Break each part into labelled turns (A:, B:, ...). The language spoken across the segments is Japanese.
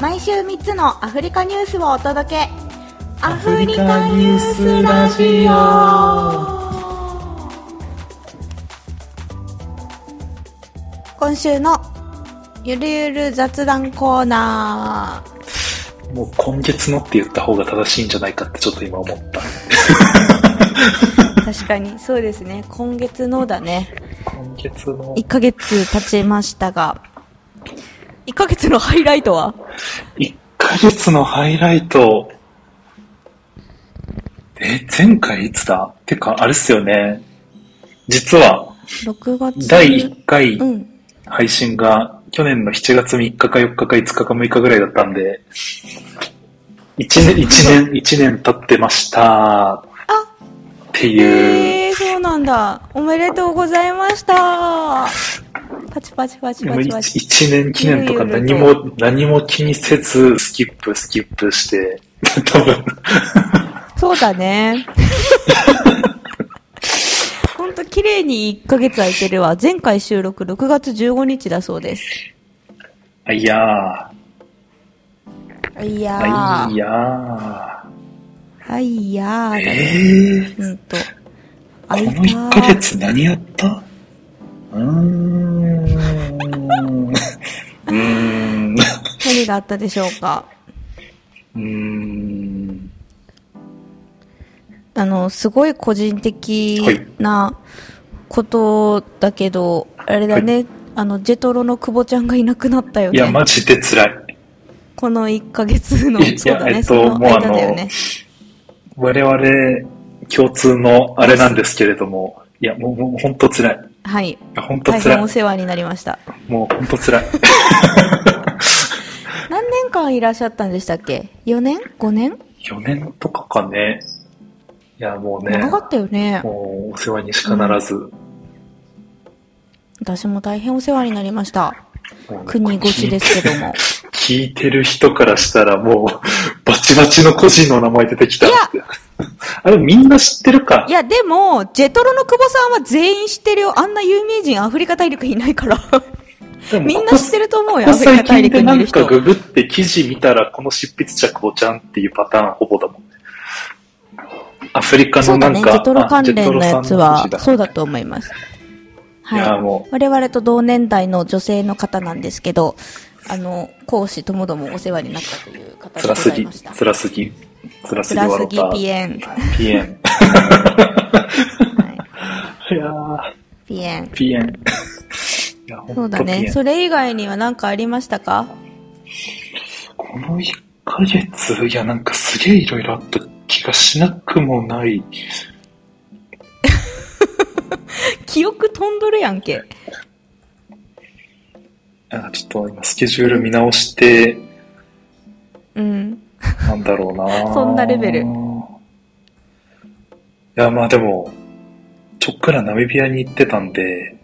A: 毎週3つのアフリカニュースをお届けア
B: フリカニュースラジ
A: 今週のゆるゆる雑談コーナー
B: もう今月のって言った方が正しいんじゃないかってちょっと今思った。
A: 確かにそうですね今月のだね
B: 今月の
A: 1ヶ月経ちましたが1ヶ月のハイライトは
B: 1ヶ月のハイライト。え、前回いつだてか、あれっすよね。実は、
A: 6月
B: 第1回
A: うん
B: 配信が去年の7月3日か4日か5日か6日ぐらいだったんで、1年、一年、一年経ってました。っていう。
A: えー、そうなんだおめでとうございましたパチパチパチ
B: でも
A: パチ
B: 一
A: パチ
B: 一年記念とか
A: いろいろ
B: 何
A: と
B: も、何も気にせず、スキップ、スキップして、多分、
A: そうだ ね。ほんと、綺麗に1ヶ月空いてるわ。前回収録6月15日だそうです。
B: あいや
A: い
B: ー、
A: や
B: あい
A: ー。
B: やー、
A: はいやー。
B: えー、
A: うんと。
B: こ
A: 空いた
B: の1ヶ月何やったうーん、うーん、う
A: 何があったでしょうか。
B: ーん、
A: あの、すごい個人的
B: はい
A: なことだけど、あれだね、あの、ジェトロの久保ちゃんがいなくなったよ
B: い
A: ね。
B: や、マジで辛い。
A: この1ヶ月の、
B: いや
A: そうだ
B: え
A: ね、
B: っと
A: その
B: もうあ
A: 間
B: の
A: だよね。
B: 我々、共通のあれなんですけれども、いや、もう、もう、ほんと辛い。
A: はい。
B: ほんと
A: 大
B: 辛
A: 変お
B: い。
A: 世話になりました。
B: もう、ほんと辛い。
A: 何年間いらっしゃったんでしたっけ ?4 年 ?5 年
B: 4年とかかね。いや、もうね、
A: 長かったよね。
B: もうお世話にしかならず、
A: 私も大変お世話になりました。
B: もうね
A: 国越しですけど も。
B: 聞いてる人からしたらもう、バチバチの個人の名前出てきた
A: いや
B: って。あれみんな知ってるか
A: いや、でも、ジェトロの久保さんは全員知ってるよ。あんな有名人アフリカ大陸にいない から。
B: でも
A: みんな知ってると思うよ、ア
B: ここ
A: フリカ大
B: 最近
A: 陸
B: で
A: に
B: ない
A: る
B: んか
A: 人。
B: ググって記事見たら、この執筆者久保ちゃんっていうパターンほぼだもんね。アフリカ
A: そ
B: の
A: うだ
B: なん
A: ね、ジ
B: か、
A: ェトロ
B: あ
A: 関連のやつ
B: ジェ
A: は
B: ト
A: そ
B: ロ、さんの記事だ
A: うだと思います。はい
B: や
A: い。
B: も
A: 我々と同年代の女性の方なんですけど、あの、講師ともどもお世話になったという方でご
B: 辛す
A: ざい
B: ぎ、
A: ました。
B: 辛すぎ、辛すぎ
A: 辛す
B: 笑っ
A: ぎ
B: た。
A: ピエン。
B: ピエン。
A: はい
B: いやー。
A: ピエン。
B: ピエン。いや、
A: そ
B: ほ
A: うんだ
B: とピエ
A: ね。
B: ン。
A: それ以外には何かありましたか
B: この1ヶ月、いや、なんかすげえいろいろあった気がしなくもない。
A: 記憶飛んどるやんけ。
B: なんかちょっと今スケジュール見直して、
A: うん。
B: なんだろうな
A: そんなレベル
B: いや、まあでも、ちょっからナミビアに行ってたんで、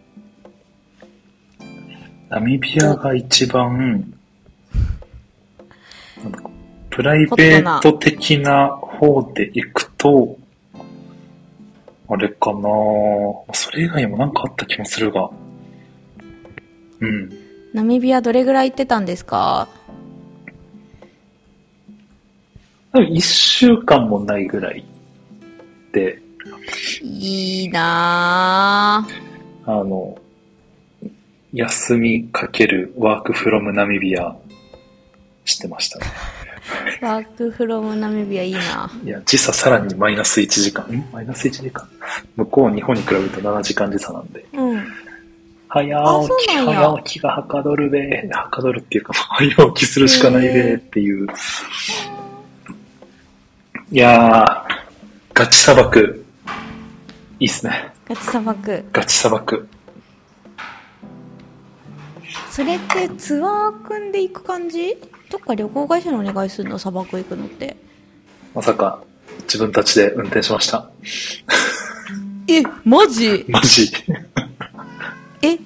B: ナミビアが一番、なんかプライベート的な方で行くと、あれかなそれ以外にもなんかあった気もするが。うん。
A: ナミビアどれぐらい行ってたんですか
B: 多分一週間もないぐらいで、
A: いいなぁ。
B: あの、休みかけるワークフロムナミビアしてましたね。
A: ワークフロムナミビアいいない
B: や、時差さらにマイナス1時間。んマイナス1時間向こう日本に比べると7時間時差なんで。
A: うん。
B: 早起き、
A: あそうなんや
B: 早起きがはかどるべ。はかどるっていうか、早起きするしかないべっていう。いやー、ガチ砂漠、いいっすね。
A: ガチ砂漠。
B: ガチ砂漠。
A: それってツアー組んで行く感じどっか旅行会社にお願いするの砂漠行くのって。
B: まさか、自分たちで運転しました。
A: え、マジ
B: マジ。
A: え、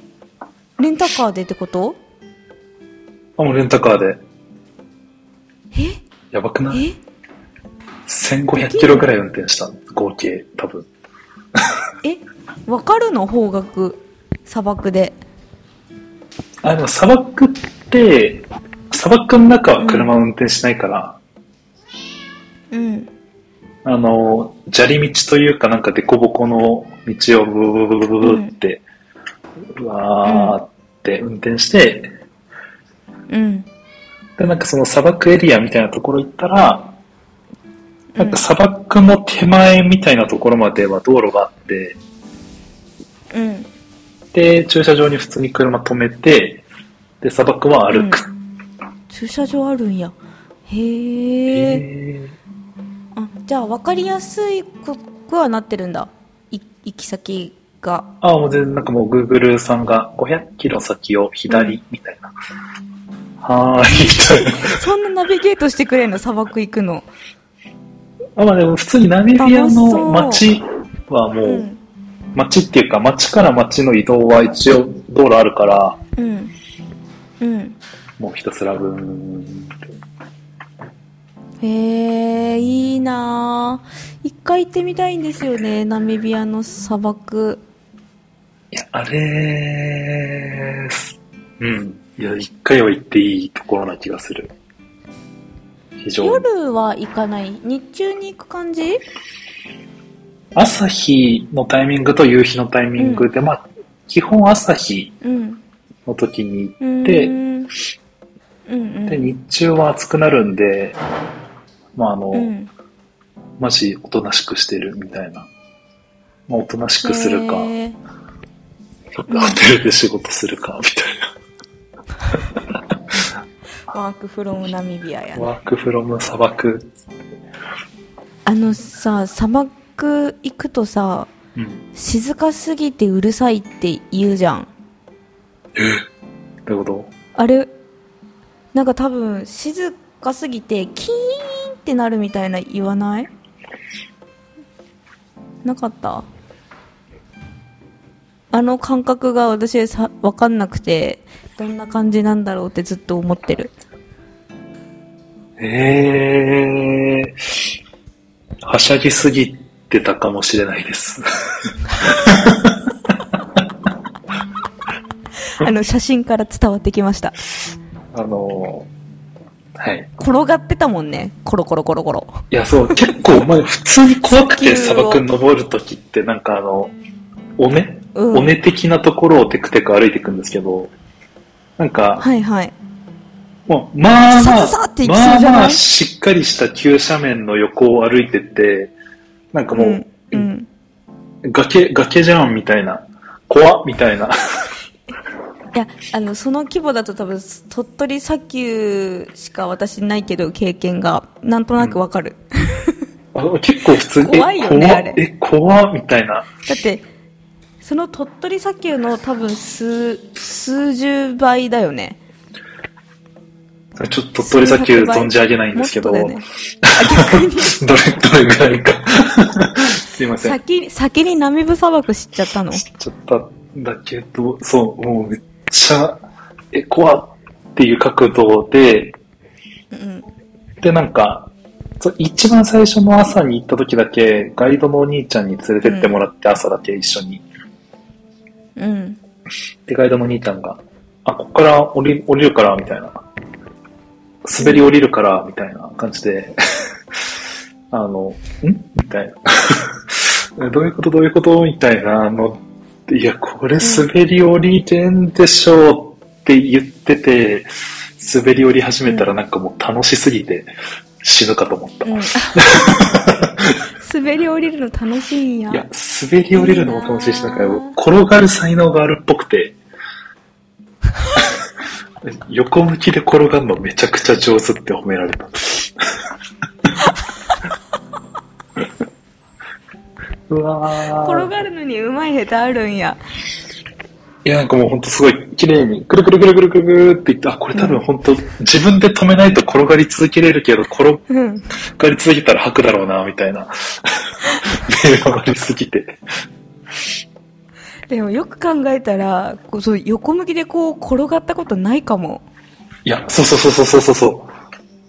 A: レンタカーでってこと
B: あ、もうレンタカーで。
A: え
B: やばくない
A: え
B: ?1500 キロぐらい運転した。合計、多分。
A: えわかるの方角。砂漠で。
B: あ、でも砂漠って、砂漠の中は車を運転しないから、
A: うん。
B: あの、砂利道というかなんか凸凹の道をブブブブブブブって、うわーって運転して、
A: うん。
B: で、なんかその砂漠エリアみたいなところ行ったら、なんか砂漠の手前みたいなところまでは道路があって、
A: うん。
B: で、駐車場に普通に車止めて、で、砂漠は歩く。
A: 駐車場あるんや。へえ。
B: へー
A: あ、じゃあ分かりやすいこくはなってるんだ。い行き先が。
B: ああ、もう全然なんかもう Google さんが500キロ先を左みたいな。はーい、みたいな。
A: そんなナビゲートしてくれんの砂漠行くの。
B: あまあでも普通にナミビア
A: 楽しそ
B: の
A: う
B: 街はも
A: う
B: う、
A: ん。
B: 街っていうか街から街の移動は一応道路あるから、
A: うん。うん。
B: もうひたすらブーンって。
A: へえ、いいなあ一回行ってみたいんですよね、ナミビアの砂漠。
B: いや、あれーす、うん。いや、一回は行っていいところな気がする。非常に。
A: 夜は行かない。日中に行く感じ
B: 朝日のタイミングと夕日のタイミングで、まあ、基本朝日
A: うん。
B: の時に
A: う
B: 行
A: ー
B: っ
A: ん
B: て、
A: うんうん。
B: で、日中は暑くなるんで、まあ、あの、
A: うん、
B: マジおとなしくしてるみたいな。まあ、おとなしくするか、
A: へー
B: ホテルで仕事するか、みたい
A: ワークフロムナミビアや
B: な。ワークフロム砂漠。
A: あのさ砂漠行くとさ
B: うん。
A: 静かすぎてうるさいって言うじゃん
B: どういうこ
A: あれなんか多分静かすぎてキーンってなるみたいな言わないなかったあの感覚が私はさ分かんなくてどんな感じなんだろうってずっと思ってる
B: とええー、はしゃぎすぎてたかもしれないです。
A: あの写真から伝わってきました
B: あのー、はい。
A: 転がってたもんねコロコロコロコロ
B: いや、そう、結構お前普通に怖くて砂漠に登るときって、なんかあの、尾根、
A: うん
B: 尾根的なところをテクテク歩いていくんですけど、なんか、
A: はいはい
B: もう、まあま
A: さささ
B: あ
A: ってい、き
B: ま
A: そう
B: あ
A: じゃない
B: まあ、しっかりした急斜面の横を歩いてって、なんかもう、
A: うんうん、
B: 崖、崖じゃんみたいな、怖っみたいな。
A: いやあのその規模だと多分鳥取砂丘しか私ないけど経験がなんとなくわかる、
B: あ結構普通に、え
A: 怖いよね
B: 怖っ
A: あれ
B: え、怖っみたいな。
A: だってその鳥取砂丘の多分数数十倍だよね
B: ちょっと鳥取砂丘存じ上げないんですけど、
A: もっと だよねあ逆に
B: どれ、どれぐらいか。 すいません。
A: 先に先にナミブ砂漠知っちゃったの
B: 知っちゃったんだけど、そう、もうめっちゃ、え、怖っっていう角度で、
A: うん
B: で、なんか、そう一番最初の朝に行った時だけ、ガイドのお兄ちゃんに連れてってもらって、朝だけ一緒に。
A: うん
B: で、ガイドのお兄ちゃんが、あ、ここから降り降りるから、みたいな。滑り降りるから、みたいな感じで、 あの、んみたいな。 どういうことどういうことみたいなの、いや、これ滑り降りてんでしょうって言ってて、滑り降り始めたらなんかもう楽しすぎて死ぬかと思った。
A: うん滑り降りるの楽しいんや
B: いや、滑り降りるのも楽しいし、なん
A: いいな
B: か、転がる才能があるっぽく て、横向きで転がるのめちゃくちゃ上手って褒めら れた。うわ
A: 転
B: ー
A: がるのにうまい下手あるんや
B: いや、なんかもうほんとすごい綺麗に、くるくるくるくるくるって言って、あ、これ多分ほんと自分で止めないと転がり続けれるけど、転
A: うん
B: がり続けたら吐くだろうな、みたい な。目が悪すぎて。
A: でもよく考えたらこうそう横向きでこう転がったことないかも
B: いや、そうそうそうそうそうそ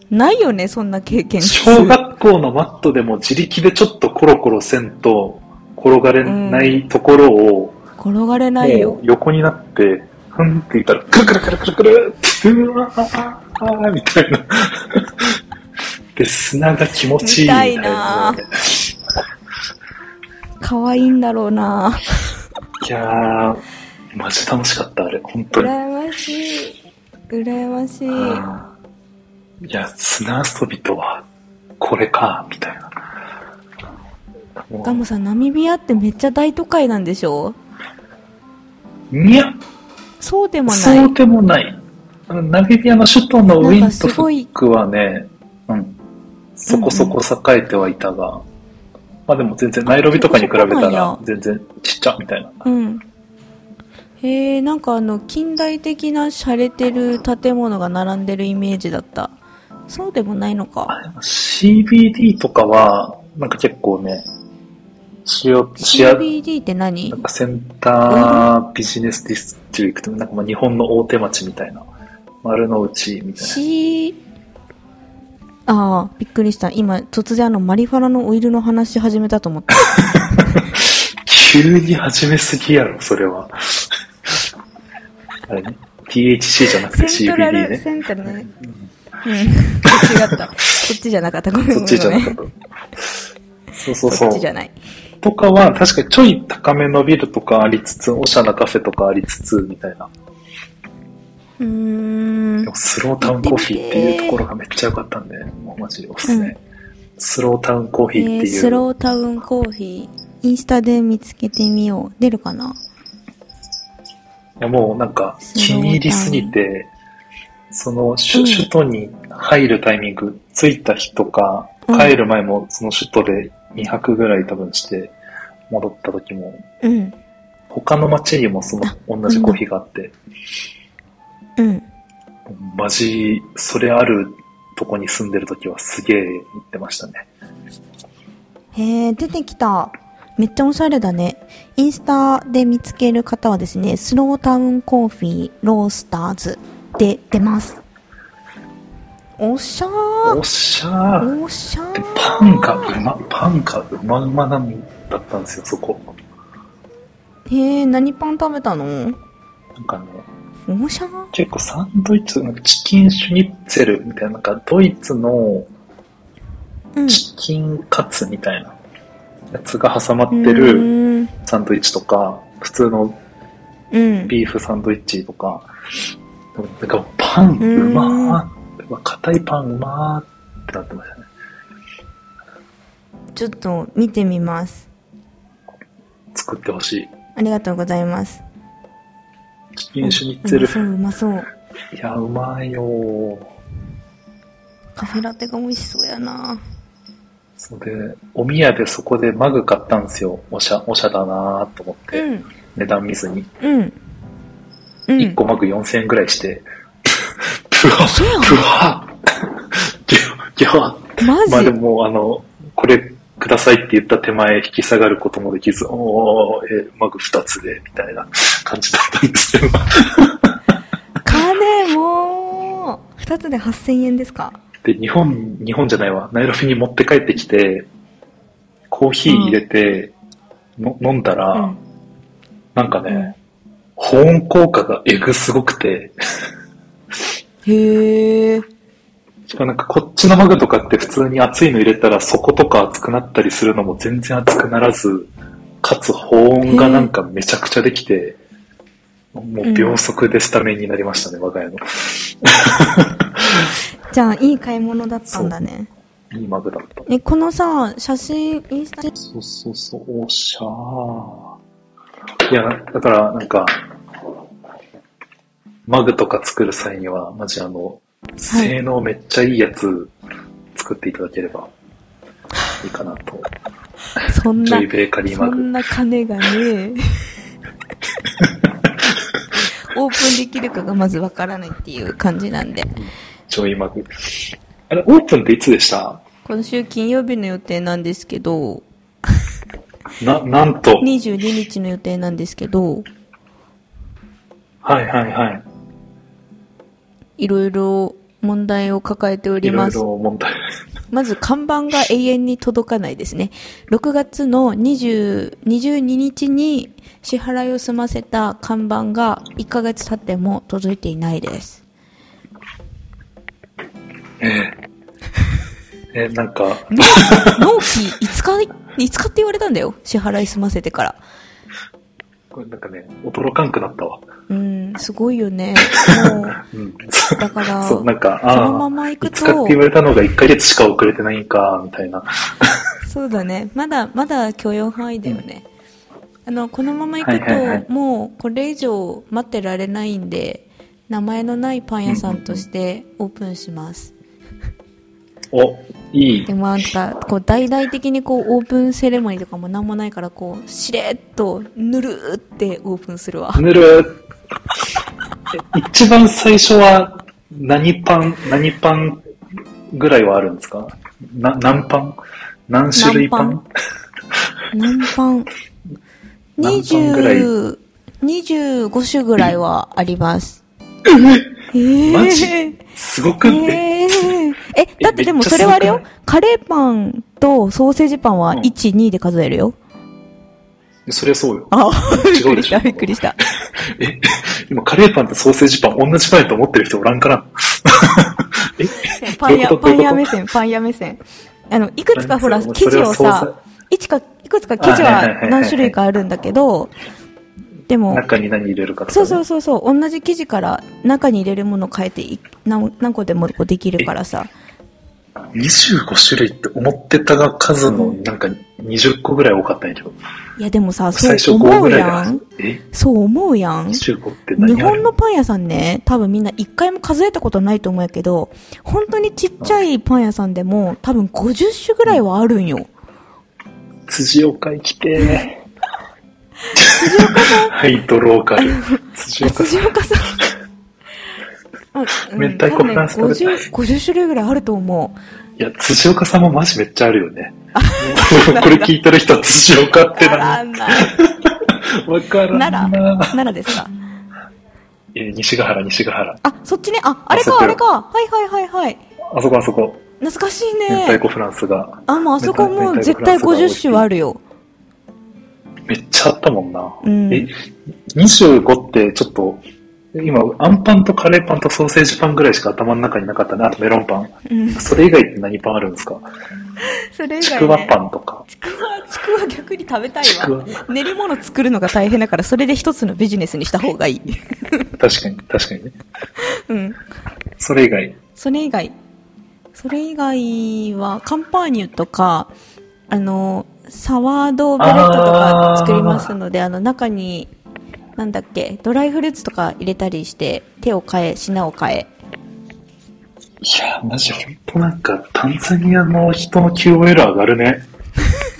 B: う。
A: ないよねそんな経験
B: 小学校のマットでも自力でちょっとコロコロせんと転がれないところを、
A: 転がれない
B: もう
A: よ
B: 横になって、ふんって言ったら、くるくるくるくるくるって、うわーあーみたいな。で、砂が気持ちいい
A: 見たいなぁ可愛いんだろうな。
B: いやー、マジ楽しかった、あれ、本当に。
A: 羨ましい。羨ましい。
B: うんいや、砂遊びとは、これか、みたいな。も
A: ガモさん、ナミビアってめっちゃ大都会なんでしょ
B: ういや、
A: そうでもない。
B: そうでもない。ナビビアの首都のウィント
A: なんかすご
B: フ
A: い
B: ックはね、うん、そこそこ栄えてはいたが、まあでも全然、ナイロビとかに比べた
A: そこそこなん
B: ら
A: や、
B: 全然ちっちゃ、みたいな。
A: うん。へえ、なんかあの、近代的な洒落てる建物が並んでるイメージだった。そうでもないのか。
B: CBD とかは、なんか結構ね、主要、主要、
A: CBD って何
B: なんかセンタービジネスディストリクト、なんかまあ日本の大手町みたいな、丸の内みたい
A: C、ああ、びっくりした。今、突然あの、マリファラのオイルの話始めたと思 った。
B: な。急に始めすぎやろ、それは。あれね。THC じゃなくて
A: セントラ
B: CBD
A: ル、
B: ね。
A: セントラルね。うん、 違った。こっちじゃなかった。ごめん
B: そっちじゃ
A: ごめ
B: なんか
A: ご
B: っ
A: めん
B: た。そうそう
A: そ
B: そ
A: っちじゃ
B: う。
A: ない。
B: とかは、確かにちょい高めのビルとかありつつ、おしゃなカフェとかありつつ、みたいな。
A: うーん
B: でも。スロータウンコーヒーっていうところがめっちゃ良かったんで、もうマジでおすすめ。
A: うん
B: スロータウンコーヒ
A: え
B: ーって
A: ー、
B: いう。
A: スロータウンコーヒー。インスタで見つけてみよう。出るかない
B: やもうなんか気に入りすぎて、その首,、
A: うん
B: 首都に入るタイミング、着いた日とか、
A: うん
B: 帰る前もその首都で2泊ぐらい多分して戻った時も、
A: うん。
B: 他の街にもその同じコーヒーがあって、
A: うん。
B: マジ、それあるとこに住んでる時はすげえ行ってましたね。
A: へえ、出てきた。めっちゃおしゃれだね。インスタで見つける方はですね、スロータウンコーヒーロースターズで出ます。おしゃー
B: おっしゃー
A: おしゃ
B: で
A: ー
B: パンがうま、パンがうまうまなんだったんですよ、そこ。
A: へえ、何パン食べたの
B: なんかね、
A: おしゃー
B: 結構サンドイッチ、なんかチキンシュニッツェルみたいな、なんかドイツの
A: うん。
B: チキンカツみたいなやつが挟まって
A: う
B: る
A: ーん。
B: サンドイッチとか、普通の
A: うん。
B: ビーフサンドイッチとか、なんかパンうまーうわ硬いパンうまーってなってましたね。
A: ちょっと見てみます。
B: 作ってほしい。
A: ありがとうございます。
B: チキンシュニッツェ
A: うまそう、
B: ル。
A: うまそう。
B: いや、うまいよー。
A: カフェラテが美味しそうやな。
B: そうで、お宮でそこでマグ買ったんですよ。おしゃ、おしゃだなーと思って、
A: うん。
B: 値段見ずに。
A: うん。うん。
B: 1個マグ4000円ぐらいして、プワ
A: そうやん
B: ッ、プワッ、ギャギャワッ。
A: マジ、
B: まあでももうあの、これくださいって言った手前引き下がることもできず、おー、えーマグ2つで、みたいな感じだったんですけど、
A: 金もう2つで8000円ですか
B: で、日本、日本じゃないわ、ナイロビに持って帰ってきて、コーヒー入れて、の飲んだら、
A: うん
B: なんかね、保温効果がえぐすごくて、
A: へえ
B: しかもなんかこっちのマグとかって普通に熱いの入れたら底とか熱くなったりするのも全然熱くならず、かつ保温がなんかめちゃくちゃできて、もう秒速でスタメンになりましたね、我が家の。
A: じゃあいい買い物だったんだね
B: いいマグだった。
A: えこのさ写真インスタで
B: そうそうそう、おしゃー。いや、だからなんか、マグとか作る際には、マジあの、性能めっちゃいいやつ作っていただければいいかなと。
A: そん
B: ジ
A: な
B: ョイベーカリー
A: そ
B: マグ。
A: んな金 がねオープンできるかがまずわからないっていう感じなんで
B: ジョイマグ。あれ、オープンっていつでした
A: 今週金曜日の予定なんですけど
B: な、なんと。
A: 22日の予定なんですけど
B: はいはいはい。
A: いろいろ問題を抱えてお
B: い
A: り
B: ろ
A: ま
B: い
A: す
B: ろ問題。
A: まず看板が永遠に届かないですね。6月の20 22日に支払いを済ませた看板が1ヶ月経っても届いていないです。
B: えええ、なんか、
A: 納期5日、5日って言われたんだよ。支払い済ませてから。
B: これなんかね、驚かんくなったわ。
A: うん、すごいよ ね。もう、
B: うん。
A: だから、
B: そう、なんか、
A: そ
B: あ
A: のま
B: あ、
A: ま行
B: 5
A: く
B: 日って
A: と、
B: 言われたのが1ヶ月しか遅れてないんか、みたいな。
A: そうだね。まだ、まだ許容範囲だよね。あの、このまま行くと、
B: はいはいはい
A: もうこれ以上待ってられないんで、名前のないパン屋さんとしてオープンします。
B: お、いい
A: で。もあんた、こう、大々的にこう、オープンセレモニーとかもなんもないから、こう、しれっと、ぬるーってオープンするわ。
B: ぬるえ一番最初は何パン、何パンぐらいはあるんですかな何パン何種類パン
A: 何何パン
B: 何パンぐらい
A: 20 25種ぐらいはあります。えー
B: マジすごくって、
A: えーえ、だってでもそれはあれ
B: め
A: よ
B: っちゃ。
A: カレーパンとソーセージパンは
B: うん
A: 1、2で数えるよ。
B: そりゃそうよ。
A: あ、びっ
B: 違
A: く
B: うで
A: りし
B: しょ
A: た、びっくりした。
B: え、今カレーパンとソーセージパン同じパンやと思ってる人おらんからえ
A: パン屋、
B: ど
A: パ
B: うい
A: ン
B: うことどういうこと
A: 屋目線、パン屋目線。あの、いくつかほら、
B: そ
A: 生
B: れそ
A: 地
B: れは
A: を
B: そう
A: さ
B: さ、
A: いちか、いくつか生地
B: あはいはいはいは
A: はい何種類かあるんだけど、でも、
B: 中に何入れるかとか、。
A: そうそううそうそう、同じ生地から中に入れるものを変えてい何、何個でもこうできるからさ。
B: 25種類って思ってたが数のなんか20個ぐらい多かったんやけど。
A: いやでもさ、
B: 最初
A: そう
B: 5
A: 思
B: ぐ
A: う
B: らい
A: や
B: だ
A: ん。
B: え
A: そう思うやん。
B: 25って何
A: 日
B: ある
A: 本のパン屋さんね、多分みんな一回も数えたことないと思うやけど、本当にちっちゃいパン屋さんでも多分50種ぐらいはあるんよ。
B: 辻岡行きて辻岡さんハイドローカル。辻岡さ
A: 辻岡さん。うん
B: 明太子フランス食べたい
A: 50、50種類ぐらいあると思う。
B: ん。いや、辻岡さんもマジめっちゃある よね。これ聞いてる人は辻岡って
A: あら
B: 何
A: な。
B: わからんな
A: 奈良。奈良ですか。
B: えー西ヶ原、西ヶ原。
A: あ、そっちね。あ、あれ
B: あそ
A: か、
B: こ
A: あれか。はいはいはいはい。
B: あそこあそこ。
A: 懐かしい
B: 明太
A: ね。
B: 子フランスが。
A: あ、もうあそこもう絶対50種はあるよ。
B: めっちゃあったもんな。
A: うん
B: え、25ってちょっと、今、アンパンとカレーパンとソーセージパンぐらいしか頭の中になかったね。あとメロンパン。
A: うん。
B: それ以外って何パンあるんですか
A: それ以外ね。
B: ちくわパンとか。
A: ちくわ、 ちくわ逆に食べたい
B: ちく
A: わ。
B: わ。
A: 練り物作るのが大変だから、それで一つのビジネスにした方がいい。
B: 確かに、確かにね。
A: うん。
B: それ以外。
A: それ以外。それ以外は、カンパーニュとか、あの、サワードベレットとか作りますので、あの、中に、なんだっけ、ドライフルーツとか入れたりして、手を変え、品を変え。
B: いや、マジ本当なんか、タンザニアの人の QOL 上がるね。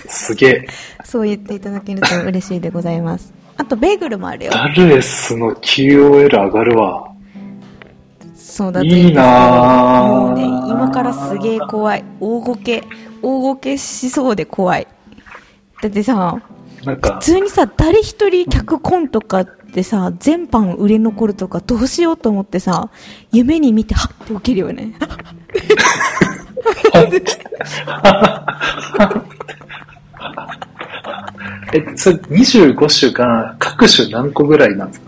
B: すげえ。
A: そう言っていただけると嬉しいでございます。あと、ベーグルもあるよ。
B: ダルエスの QOL 上がるわ。
A: そうだといいんですけど
B: いいなぁ
A: もうね今からすげえ怖い大ごけ大ごけしそうで怖いだってさ
B: なんか
A: 普、通にさ誰一人脚本とかってさ全般売れ残るとかどうしようと思ってさ夢に見てハッて起きるよね
B: え、それ25種が各種何個ぐらいなんですか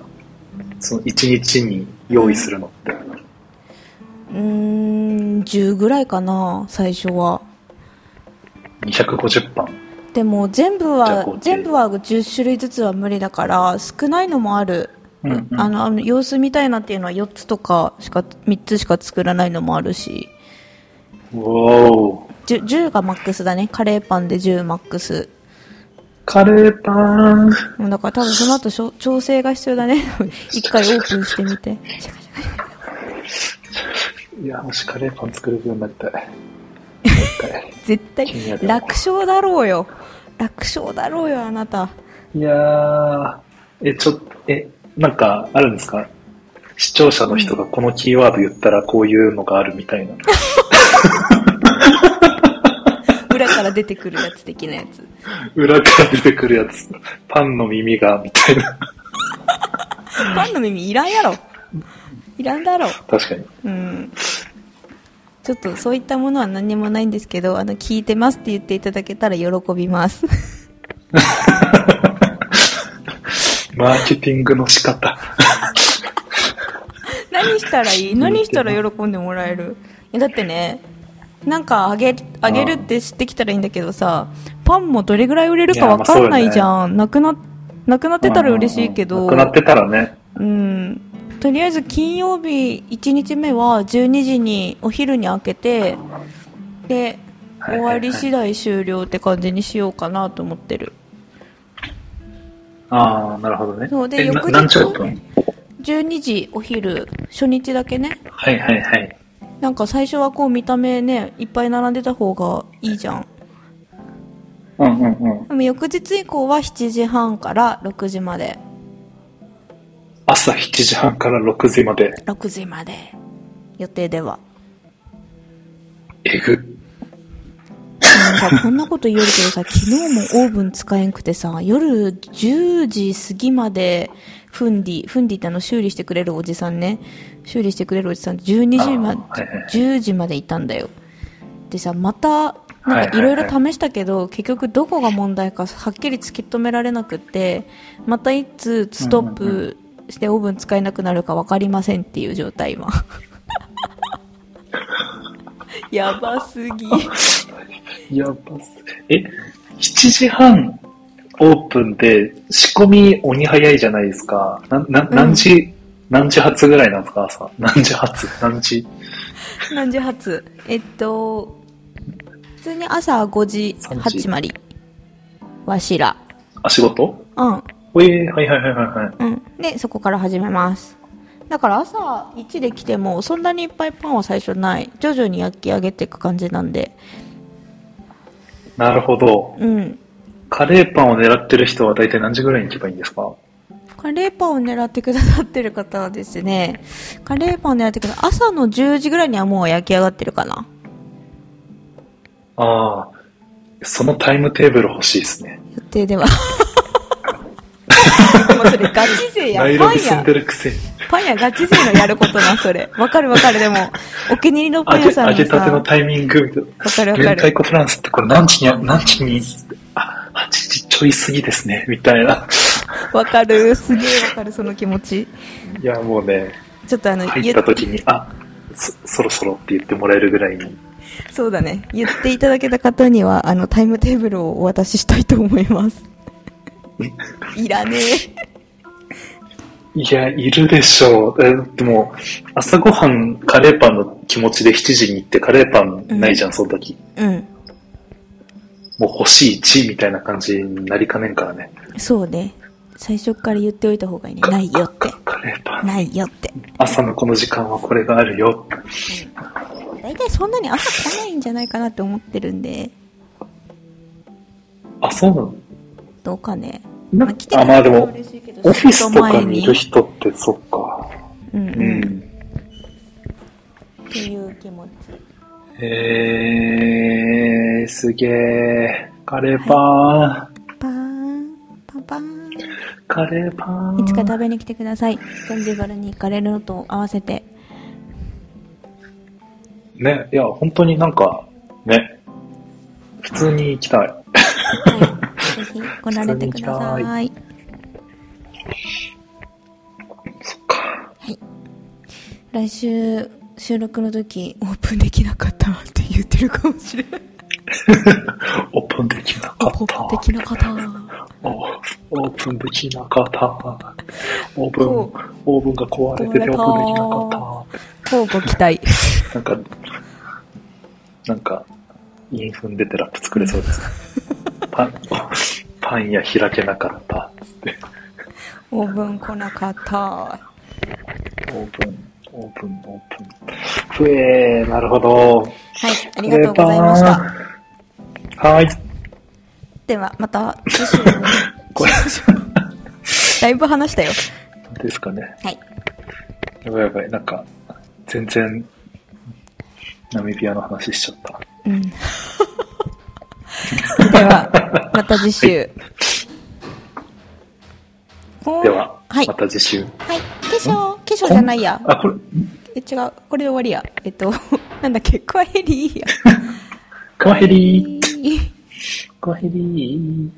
B: その1日に用意するのって。
A: うーん10ぐらいかな最初は
B: 250パン。
A: でも全部
B: じゃあ
A: は
B: こう
A: 全部は10種類ずつは無理だから少ないのもある
B: うん、うん。
A: あのあの様子見たいなっていうのは4つとかしか3つしか作らないのもあるし
B: うおー
A: 10, 10がマックスだねカレーパンで10マックス
B: カレーパン。
A: もうだから多分その後しょ調整が必要だね 一回オープンしてみて
B: いや、もしカレーパン作れるようになりたい。
A: 絶対
B: 気になるな
A: 楽勝だろうよ楽勝だろうよあなた
B: いやー、え、ちょっと、え、なんか、あるんですか視聴者の人がこのキーワード言ったらこういうのがあるみたいな。
A: 裏から出てくるやつ的なやつ
B: 裏から出てくるやつ。パンの耳が、みたいな。
A: パンの耳いらんやろいらんだろ
B: 確かに。
A: うんちょっとそういったものは何にもないんですけどあの聞いてますって言っていただけたら喜び ます
B: マーケティングの仕方。
A: 何したらいい何したら喜んでもらえるえだってねなんかあげあげるって知ってきたらいいんだけどさパンもどれぐらい売れるかわかんないじゃん、なくななくなってたら嬉しいけど、
B: うんうんうんなくなってたらね。
A: うん、とりあえず金曜日1日目は12時にお昼に開けてで
B: はいはいは
A: 終
B: い
A: わり次第終了って感じにしようかなと思ってる
B: ああ、なるほどね。
A: そうで
B: えな
A: 翌日
B: 何時オープン
A: 12時お昼初日だけね
B: はいはいはい。
A: なんか最初はこう見た目ねいっぱい並んでた方がいいじゃん
B: うんうんうん。
A: でも翌日以降は7時半から6時まで
B: 朝7時半から6時まで。
A: 6時まで予定では
B: えぐ。
A: でもさ、こんなこと言えるけどさ、昨日もオーブン使えんくてさ、夜10時過ぎまで、フンディ、フンディってあの修理してくれるおじさんね。修理してくれるおじさん、12時まで
B: あーはいはい、
A: 10時までいたんだよ。でさ、また、なんかいろいろ試したけど、結局どこが問題かはっきり突き止められなくって、またいつストップしてオーブン使えなくなるかわかりませんっていう状態今。 やばすぎ。
B: やばす。え、7時半オープンで仕込み鬼早いじゃないですか。な、な、何時、何時発ぐらいなんですか朝。何時発何時
A: 何時発えっと普通に朝5時
B: 3時
A: 始まりわしら
B: あ、仕事
A: うん
B: おえー、はいはいはいはいはい。
A: うんでそこから始めますだから朝1で来てもそんなにいっぱいパンは最初ない徐々に焼き上げていく感じなんで
B: なるほど。
A: うん
B: カレーパンを狙ってる人は大体何時ぐらいに行けばいいんですか
A: カレーパンを狙ってくださってる方はですねカレーパンを狙ってくださ朝の10時ぐらいにはもう焼き上がってるかな
B: ああ、そのタイムテーブル欲しいですね。
A: 予定 ではもうそれガチ勢や
B: ナイロ
A: パ
B: ビ
A: ン
B: 住
A: や
B: んでるくせに。
A: パン屋ガチ勢のやることな、それ。わかるわかる、でも、お気に入りのパン
B: 揚
A: 屋
B: げ
A: さん
B: 揚げたての
A: さ、
B: タイミングみたい
A: わかる
B: な。
A: わかる
B: 明太子フランスってこれ何時に、何時に、あ、8時ちょい過ぎですね、みたいな。
A: わかる、すげえわかる、その気持ち。
B: いや、もうね、
A: ちょっとあの、
B: 入
A: 言
B: っ
A: った
B: 時に、あ、そ、そろそろって言ってもらえるぐらいに。
A: そうだね、言っていただけた方には、あの、タイムテーブルをお渡ししたいと思い ます。いらねえ。
B: いや、いるでしょう。え、でも、朝ごはん、カレーパンの気持ちで7時に行って、カレーパンないじゃん、その時。
A: うん、
B: もう欲しい1みたいな感じになりかねんからね。
A: そうね。最初から言っておいた方がいいね。ないよって。
B: カレーパン。
A: ないよって。
B: 朝のこの時間はこれがあるよ。
A: 大体そんなに朝来ないんじゃないかなって思ってるんで、
B: あ、そうなの
A: どうかね。
B: な
A: まあ、来てく
B: あ、まあ
A: れ
B: で
A: たら
B: も、
A: 嬉しいけど、
B: オフィス
A: 仕
B: とか
A: 事前
B: にいる人って、そっか。
A: うんう
B: う
A: ん。っ
B: ん。
A: ていう気持ち。
B: えー、すげえ。カレーパン。
A: パーン、パンパン。い
B: カレーパン。
A: つか食べに来てください。ザンジバルに行かれるのと合わせ て。
B: ね、いや、本当になんか、ね、普通に行きたい。
A: はい。ぜひ来られてください。
B: 普通
A: はい。
B: そっか。
A: 来週、収録の時、オープンできなかったわって言ってるかもしれない。
B: オープンできなか
A: オ
B: った。
A: ープンできなかった。
B: おオープンできなかった。オープン
A: こ、
B: オーブンが壊れててオープンできなかっ
A: 交互期待。
B: た。なんか、なんか、インフンでてラップ作れそう です。パン、パン屋開けなかった。つって。
A: オーブン来なかった。
B: オープン、オープン、オープン。ふえー、なるほど。
A: はい。ありがとうございました。
B: た。はーい。
A: では、また、次 週。だいぶ話したよ。
B: ですかね。
A: はい。
B: やばいやばい。なんか、全然、ナミビアの話しちゃった。
A: うん。では、また次週。ほー
B: では、
A: はい。
B: また次週。
A: はい。化粧、化粧じゃないや。
B: あ、これ、
A: え、違う。これで終わりや。えっと、 なんだっけ、クワ ヘリーや。
B: カワヘリー。カワヘリー。